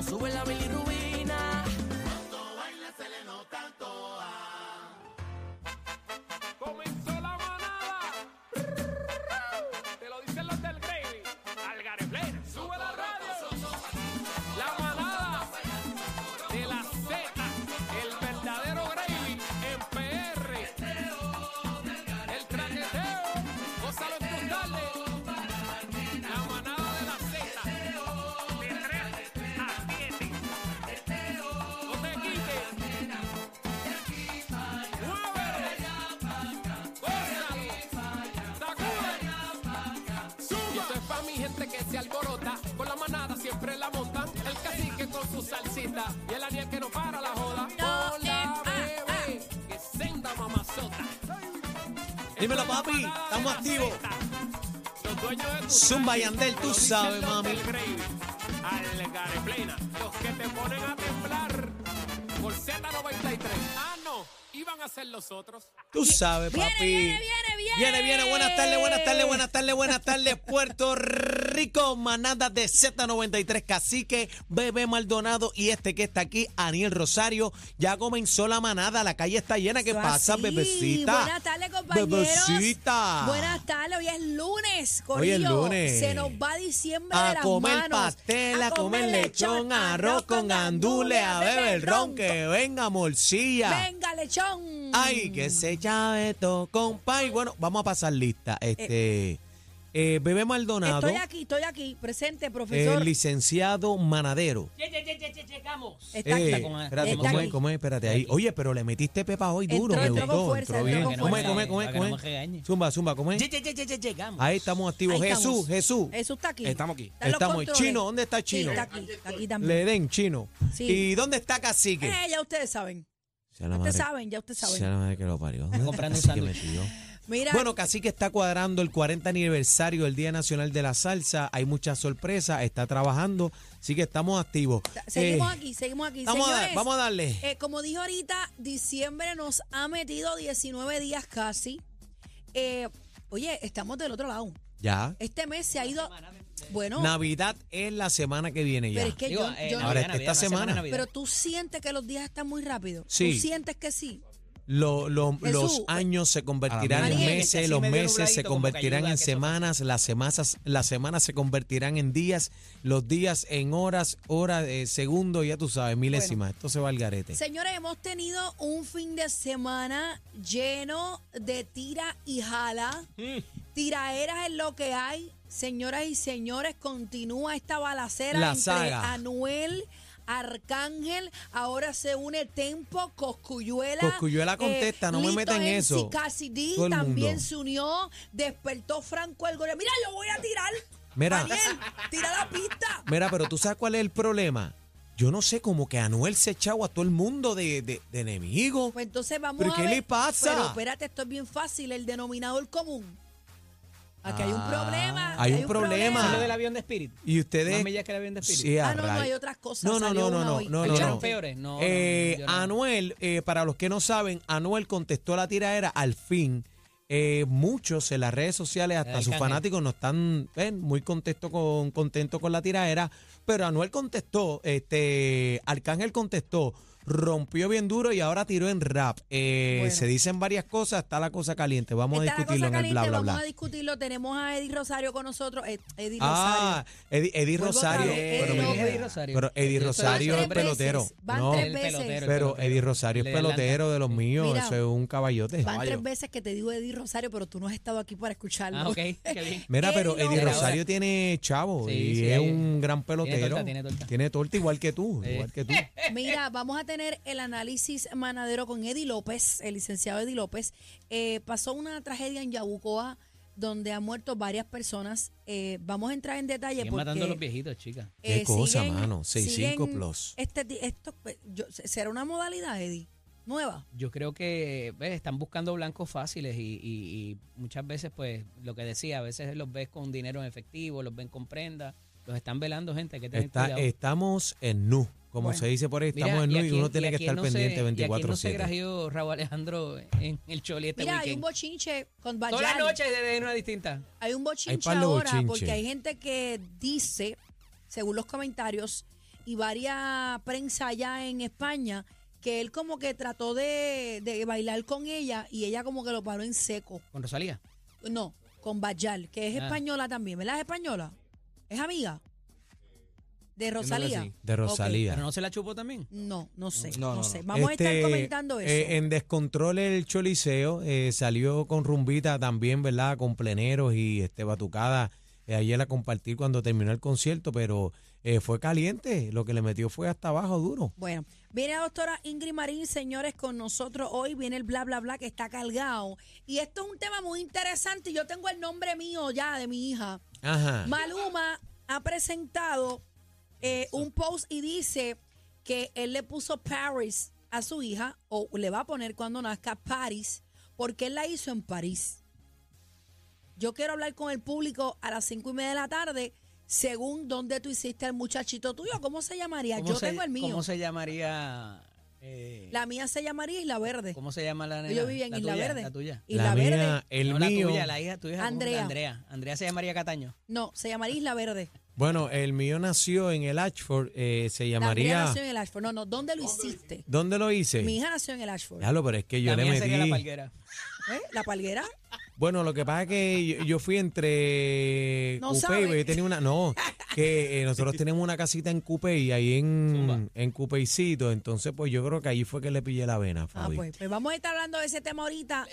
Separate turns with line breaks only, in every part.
Sube la bilirrubina.
Comenzó la manada. Te lo dicen los del Gravy. Algarve Play. Sube la radio. La manada de la Z. El verdadero Gravy en PR. El traqueteo. Gózalo en tus tardes. La manada de la Z. De 3 a 7. No te quites. Muévelo. Y esto es pa' mi gente que se alborota, con la manada siempre la montan, el cacique con su salsita y el aniel que no para la joda.
eh,
Hola,
ah,
bebé, que senda mamazota. Esto
Dímelo,
es la
papi,
manada
estamos
de la
activos.
Zeta. Los dueños de tu
Zumba,
salsa,
Yandel,
te
tú
lo dicen
sabes,
los
mami.
del gravy, Al Gareplena, los que te ponen a temblar por Z93. Ah, no, iban a ser los otros.
Tú sabes,
Viene,
papi.
viene, viene, viene.
Viene, viene. Buenas tardes, buenas tardes, buenas tardes, buenas tardes, Puerto Rico. Manada de Z93, Cacique, Bebé Maldonado y este que está aquí, Aniel Rosario. Ya comenzó la manada, la calle está llena. ¿Qué
Eso
pasa,
así.
bebecita?
Buenas tardes, compañeros.
Bebecita.
Buenas tardes, hoy es lunes,
Hoy es
Corillo.
lunes.
Se nos va diciembre
A
de las
comer
manos.
pastel, a, comer lechón, arroz con
gandules,
gandules, a beber ron, que venga morcilla.
Venga, lechón.
Ay, que se chaveto, compa. Y bueno, vamos a pasar lista. Este, eh, Bebé Maldonado,
Estoy aquí, estoy aquí, presente,
eh,
profesor.
licenciado manadero.
Che, che, che, che, che, checamos.
Está
Eh,
aquí.
espérate,
Está
¿cómo
aquí.
es? ¿Cómo es? Espérate ahí. Oye, pero le metiste pepa hoy duro,
Entró,
me
entró con
gustó.
fuerza,
entró
entró
bien.
con
¿Cómo es?
fuerza.
¿Cómo es? ¿Cómo es?
Para que
¿Cómo
no
es?
me regañe.
Zumba, zumba, ¿cómo es?
Che, che, che, che, che, checamos.
Ahí estamos activos.
Ahí estamos.
Jesús, Jesús.
Jesús está aquí.
Estamos aquí.
Están los
Estamos.
controles.
Chino, ¿dónde está Chino?
Sí, está aquí, está aquí
Le
también.
den chino.
Sí.
¿Y dónde está Cacique?
Eh, ya ustedes saben.
Sea la
Ustedes
madre-
saben, ya ustedes
sea
saben.
la madre que lo parió. ¿Dónde
Está
está
comprando un
Cacique
sándwich.
metido?
Mira,
Bueno, Cacique está cuadrando el 40 aniversario del Día Nacional de la Salsa. Hay muchas sorpresas, está trabajando, así que estamos activos.
seguimos
Eh,
aquí, seguimos aquí.
vamos, a dar-
Señores,
vamos a darle.
Eh, como dije ahorita, diciembre nos ha metido 19 días casi. Eh, oye, estamos del otro lado.
ya.
Este mes se ha ido. Bueno,
Navidad es la semana que viene ya.
pero es que
Digo,
yo.
eh,
yo no-
Ahora,
Navidad,
esta
Navidad,
semana.
de Navidad.
pero tú sientes que los días están muy rápido.
Sí.
Tú sientes que sí.
Lo- lo-
Jesús, eh,
los años se convertirán en
Ariel,
que
meses,
así
los
medio
meses se
nubladito, como que
convertirán
ayuda
en
a que eso
semanas, las semanas, las semanas se convertirán en días, los días en horas, horas, eh, segundos, ya tú sabes, milésimas. Esto se va al garete.
Señores, hemos tenido un fin de semana lleno de tira y jala.
Mm.
Tiraeras es lo que hay. Señoras y señores, continúa esta balacera
La
entre
saga.
Anuel, Arcángel, ahora se une Tempo, Coscuyuela.
Cosculluela contesta, no me
Lito
meta en
MC
eso.
Cassidy
Todo el
también
mundo.
se unió, despertó Franco el Gorila. Mira, yo voy a tirar.
Mira.
Daniel, tira la pista.
Mira, pero tú sabes cuál es el problema. Yo no sé, como que Anuel se echaba a todo el mundo de, de, de enemigo.
Pues entonces vamos
¿Pero
a
qué
ver.
le pasa?
Pero espérate, esto es bien fácil, el denominador común. Aquí hay un
Ah,
problema.
hay
aquí
un problema.
¿Sabes lo
de
del avión de Spirit?
Y ustedes.
Más millas que el avión de Spirit.
Sí, a
Ah, no, no,
rayos.
hay otras cosas,
No, no,
salió
no, no,
una
no,
hoy.
no, no,
¿Echaron
no.
peores? No, no,
Eh,
yo no.
Anuel, eh, para los que no saben, Anuel contestó la tiraera al fin. Eh, muchos en las redes sociales, hasta
Ay,
sus
Arcángel.
fanáticos, no están ven, muy contentos con, contentos con la tiraera. Pero Anuel contestó, este, Arcángel contestó, rompió bien duro y ahora tiró en rap. Eh,
Bueno.
Se dicen varias cosas, está la cosa caliente. Vamos
Está
a
la
discutirlo
cosa
en el
caliente,
bla, bla,
vamos
bla.
a discutirlo. Tenemos a Eddie Rosario con nosotros. Ed- Eddie
Ah,
Rosario.
Eddie, Eddie
Vuelvo otra
Rosario.
vez, Eddie
pero,
Rosario.
mira,
Eddie
Rosario.
pero Eddie
Eddie
Rosario es
Van tres
pelotero.
veces, van
no,
tres
El
veces.
pelotero.
pero Eddie Rosario
Le
es
adelanta.
pelotero de los míos.
Mira.
eso es un caballote.
Van tres veces que te digo Eddie Rosario, pero tú no has estado aquí para escucharlo.
Ah, ok, qué bien.
Mira, pero
Eddie
Eddie
Rosario.
Rosario tiene chavo
Sí,
y
sí,
es
ahí-
un gran pelotero.
torta, tiene torta.
Tiene torta igual que tú.
Sí.
Igual que tú.
Mira, vamos a tener el análisis manadero con Eddie López, el licenciado Eddie López. Eh, pasó una tragedia en Yabucoa donde han muerto varias personas. Eh, vamos a entrar en detalle
Siguen
porque eh,
matando a los viejitos, chicas.
Qué cosa, mano,
siguen
6'5 plus.
Este, ti- esto, pues, yo- se- ¿Será una modalidad, Eddie? Nueva.
Yo creo que ves, están buscando blancos fáciles y, y- y muchas veces, pues, lo que decía, a veces los ves con dinero en efectivo, los ven con prenda, los están velando gente, hay que tener
Está-
cuidado.
estamos en nu. Como
Bueno.
se dice por ahí,
Mira,
estamos en
y
nu y,
aquí-
uno tiene
y
que
aquí
estar
no se-
pendiente
Y aquí no
24
se
7
grajeó Raúl Alejandro en el Choli este
Mira, hay un
weekend.
bochinche con
Todas las
Bayal.
noches de una distinta.
Hay un bochinche
par de
ahora
bochinche.
porque hay gente que dice, según los comentarios, y varias prensa allá en España que él como que trató de, de bailar con ella y ella como que lo paró en seco.
Con Rosalía.
No, con Bajal, que es
Ah.
española también, ¿verdad? Es española. ¿Es amiga? De Rosalía.
sí.
De Rosalía.
Pero no se la chupó también.
No, no sé,
No,
no,
no, no.
sé. Vamos a
Este,
estar comentando eso.
eh, en Descontrol el Choliseo eh, salió con rumbita también, ¿verdad? Con pleneros y este, batucada eh, ayer a compartir cuando terminó el concierto, pero eh, fue caliente. Lo que le metió fue hasta abajo duro.
Bueno, viene la doctora Ingrid Marín, señores, con nosotros hoy. Viene el bla, bla, bla que está cargado. Y esto es un tema muy interesante. Yo tengo el nombre mío ya de mi hija.
Ah.
Ajá.
Maluma ha presentado eh, un post y dice que él le puso Paris a su hija, o le va a poner cuando nazca Paris, porque él la hizo en París. Yo quiero hablar con el público a las cinco y media de la tarde, según dónde tú hiciste el muchachito tuyo. ¿Cómo se llamaría?
¿Cómo
Yo
se-
tengo el mío.
¿Cómo se llamaría? eh,
La mía se llamaría Isla Verde.
¿Cómo se llama la nena?
Yo vivía en
La
Isla
tuya,
Verde.
La tuya.
Isla
La
Verde.
mía, el
No,
mío.
La tuya, la hija, tu hija. ¿cómo se llama?
Andrea.
Andrea. Andrea se llamaría Cataño.
No, se llamaría Isla Verde.
Bueno, el mío nació en el Ashford, eh, se
La mía
llamaría.
nació en el Ashford. No, no, ¿dónde lo hiciste?
¿Dónde lo hice?
Mi hija nació en el Ashford.
Claro, pero es que yo
la
le
mía sería la
metí.
palguera.
¿Eh? ¿La palguera?
Bueno, lo que pasa es que yo, yo fui entre
No
Coupé
sabe.
y pues, yo tenía una. No, que eh, nosotros tenemos una casita en Coupé y ahí en,
Zumba.
en Coupécito. Entonces, pues yo creo que ahí fue que le pillé la vena,
Ah,
Fabi.
pues, pues vamos a estar hablando de ese tema ahorita.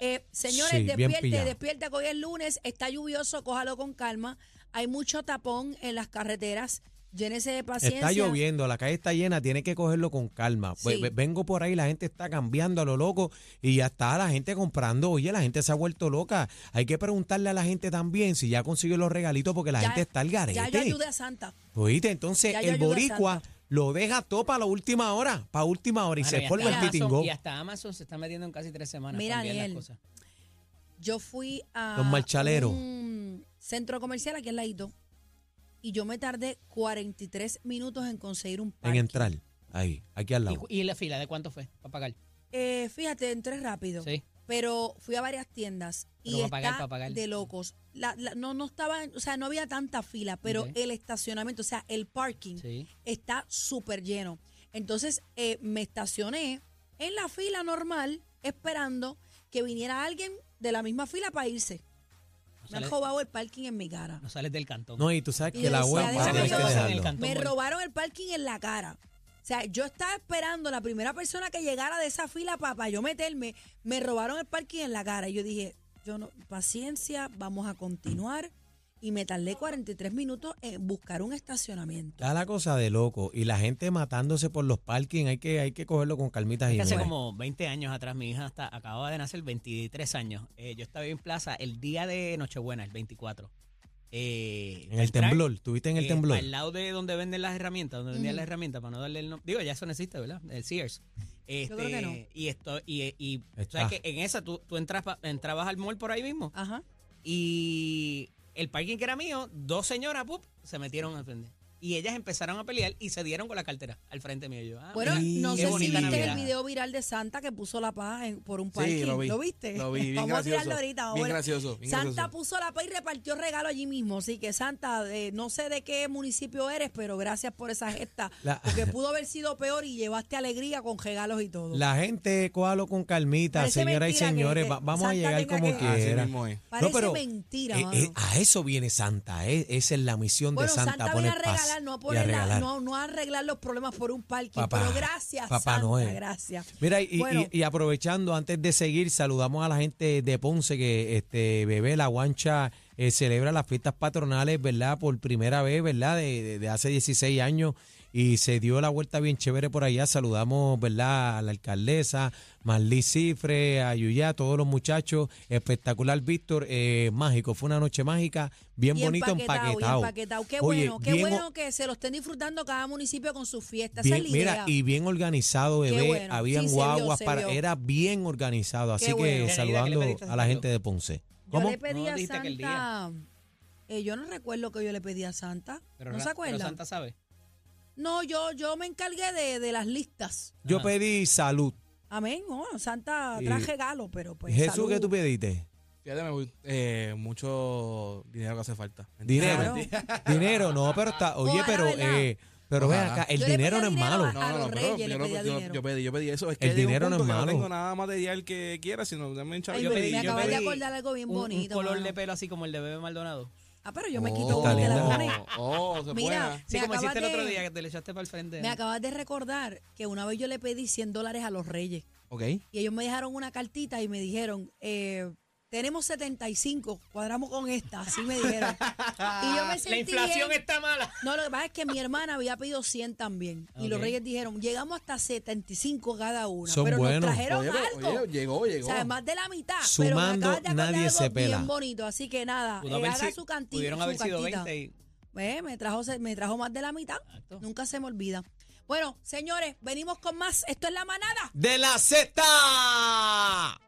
Eh, señores,
Sí, bien
despierte,
pillado.
despierte, que hoy es lunes, está lluvioso, cójalo con calma. Hay mucho tapón en las carreteras, llénese de paciencia.
Está lloviendo, la calle está llena, tiene que cogerlo con calma. Pues,
Sí.
ve- Vengo por ahí, la gente está cambiando a lo loco y ya está la gente comprando. Oye, la gente se ha vuelto loca. Hay que preguntarle a la gente también si ya consiguió los regalitos porque la
Ya-
gente está al garete.
Ya yo ayudé a Santa.
Oíste, entonces
Ya yo
el
ayudo a
boricua
Santa.
lo deja todo para la última hora, para última hora y
Mano,
se forma el
hasta
titingo.
Amazon, y hasta Amazon se está metiendo en casi tres semanas.
Mira,
para enviar las
Daniel.
cosas.
Yo fui a
Los marchaleros.
un centro comercial aquí al ladito y yo me tardé 43 minutos en conseguir un
En
parking.
entrar, ahí, aquí al
¿Y,
lado.
cu- y la fila de cuánto fue? Para pagar.
Eh, fíjate, entré rápido.
Sí.
Pero fui a varias tiendas y
Pero
está
pa' pagar, pa' pagar.
de locos. La- la- no, no estaba, o sea, no había tanta fila, pero
Ok.
el estacionamiento, o sea, el parking
Sí.
está súper lleno. Entonces eh, me estacioné en la fila normal esperando que viniera alguien de la misma fila para irse.
No
Me han
sale-
robado el parking en mi cara.
No sales del cantón.
No, y tú sabes
Y
que
yo
la
decía,
web va a
déjame
tener
yo
que
hacer
el
dejarlo.
canto.
Me
Bueno.
robaron el parking en la cara. O sea, yo estaba esperando la primera persona que llegara de esa fila para yo meterme. Me robaron el parking en la cara. Y yo dije, yo no, paciencia, vamos a continuar. Y me tardé 43 minutos en buscar un estacionamiento.
Está la cosa de loco y la gente matándose por los parkings, hay que, hay que cogerlo con calmitas
Es
y
que hace
nueces.
como 20 años atrás, mi hija hasta acababa de nacer, 23 años. Eh, yo estaba en plaza el día de Nochebuena, el 24. Eh,
en el
entrar,
temblor, estuviste en el
eh,
temblor.
Al lado de donde venden las herramientas, donde vendían las herramientas, para no darle el nombre. Digo, ya eso no existe, ¿verdad? El Sears.
Yo creo que
Este,
no.
Y esto, y, y o
Está.
sea, que en esa tú, tú entras pa- entrabas al mall por ahí mismo.
Ajá.
Y el parking que era mío, dos señoras pup, se metieron al frente. Y ellas empezaron a pelear y se dieron con la cartera al frente mío. Y yo, ah,
Bueno,
mira,
no
qué
sé si
bonita
viste
Navidad.
el video viral de Santa que puso la paz en- por un
Sí,
parking.
lo vi.
viste?
Lo vi, bien
vamos
gracioso,
a tirarlo ahorita.
bien
ahora.
gracioso, bien
Santa
gracioso.
puso la paz y repartió regalo allí mismo. Así que, Santa, eh, no sé de qué municipio eres, pero gracias por esa gesta.
La-
Porque pudo haber sido peor y llevaste alegría con regalos y todo.
La gente, cójalo con calmita,
Parece
señoras y
mentira que-
señores,
que
va- vamos a
Santa
llegar
tenga
como
que-
Así
quiera.
mismo es.
Parece mentira,
eh,
mano.
eh, a eso viene Santa, eh, esa es la misión
bueno,
de Santa,
Santa viene
poner
a regalar,
paz
no a,
y
poner la-
regalar.
no, no a arreglar los problemas por un parking.
Papá,
pero gracias,
Papá
Santa,
Noel.
gracias.
Mira, y, y-
Bueno.
y aprovechando, antes de seguir, saludamos a la gente de Ponce que este bebé La Guancha eh, celebra las fiestas patronales, ¿verdad? Por primera vez, ¿verdad? De, de- de hace 16 años y se dio la vuelta bien chévere por allá. Saludamos, ¿verdad? A la alcaldesa, Marlí Cifre, a Yuyá, a todos los muchachos. Espectacular, Víctor. eh, mágico, fue una noche mágica, bien
Y
bonito,
empaquetado, y
empaquetado.
empaquetado. Qué
Oye,
bueno, qué
bien
bueno que se lo estén disfrutando cada municipio con sus fiestas.
Bien,
Esa es la
mira,
idea.
y bien organizado,
Qué
bebé.
bueno.
Habían
Sí, se vio,
guaguas,
se
para,
vio.
era bien organizado. Así
Qué bueno.
que
Mira,
saludando
mira, que le
a la
pediste
gente de Ponce.
Yo
¿Cómo?
le pedí
No
a
dijiste aquel día.
Santa. eh, yo no recuerdo que yo le pedí a Santa.
Pero
¿No
Ra-
se
pero
acuerda?
Santa sabe.
No, yo, yo me encargué de, de las listas.
Yo
Ajá.
pedí salud.
Amén. Oh, Santa
Y-
traje galo, pero pues.
Jesús,
salud.
¿qué tú pediste?
Fíjate, me voy- eh, mucho dinero que hace falta.
Dinero.
Claro.
Dinero, no, pero está. Oye,
Ojalá,
pero
¿verdad?
eh, Pero ve
Ojalá.
acá, el
Yo le
dinero no
pedía
es
dinero
malo.
a- A los
pero
reyes le
yo, lo-
pedía
yo-
dinero.
yo pedí, yo pedí eso. Es que
El
llega un
dinero no es
punto que
malo.
No tengo nada material que quiera, sino también chavo.
Ay,
Yo
me-
pedí-
me
yo
acabas de
pedí-
acordar algo bien
un,
bonito,
Un color
mano.
de pelo así como el de Bebé Maldonado.
Ah, pero yo me quito
Oh, está
uno que la
lindo.
pone.
Oh, se
Mira,
puede.
Sí,
me
como
acabas
hiciste el otro día
de-
que te le echaste para el frente.
me acabas de recordar que una vez yo le pedí 100 dólares a los reyes.
Ok.
Y ellos me dejaron una cartita y me dijeron, eh, tenemos 75, cuadramos con esta, así me dijeron. y yo me sentí
Ah, La inflación
bien.
está mala.
No, lo que pasa es que mi hermana había pedido 100 también. Y los
Ok.
reyes dijeron, llegamos hasta 75 cada una.
Son
pero
buenos.
nos trajeron
Oye, pero-
algo.
oye, llegó,
o
llegó.
sea, más de la mitad.
Sumando,
pero me acabas de acordar
nadie
algo
se pela.
Bien bonito, así que nada,
Pudo
eh,
haber
haga
si-
su cantita.
Pudieron haber sido 20 y...
Eh, me, trajo, se- me trajo más de la mitad.
Exacto.
Nunca se me olvida. Bueno, señores, venimos con más. Esto es La Manada.
¡De la Z!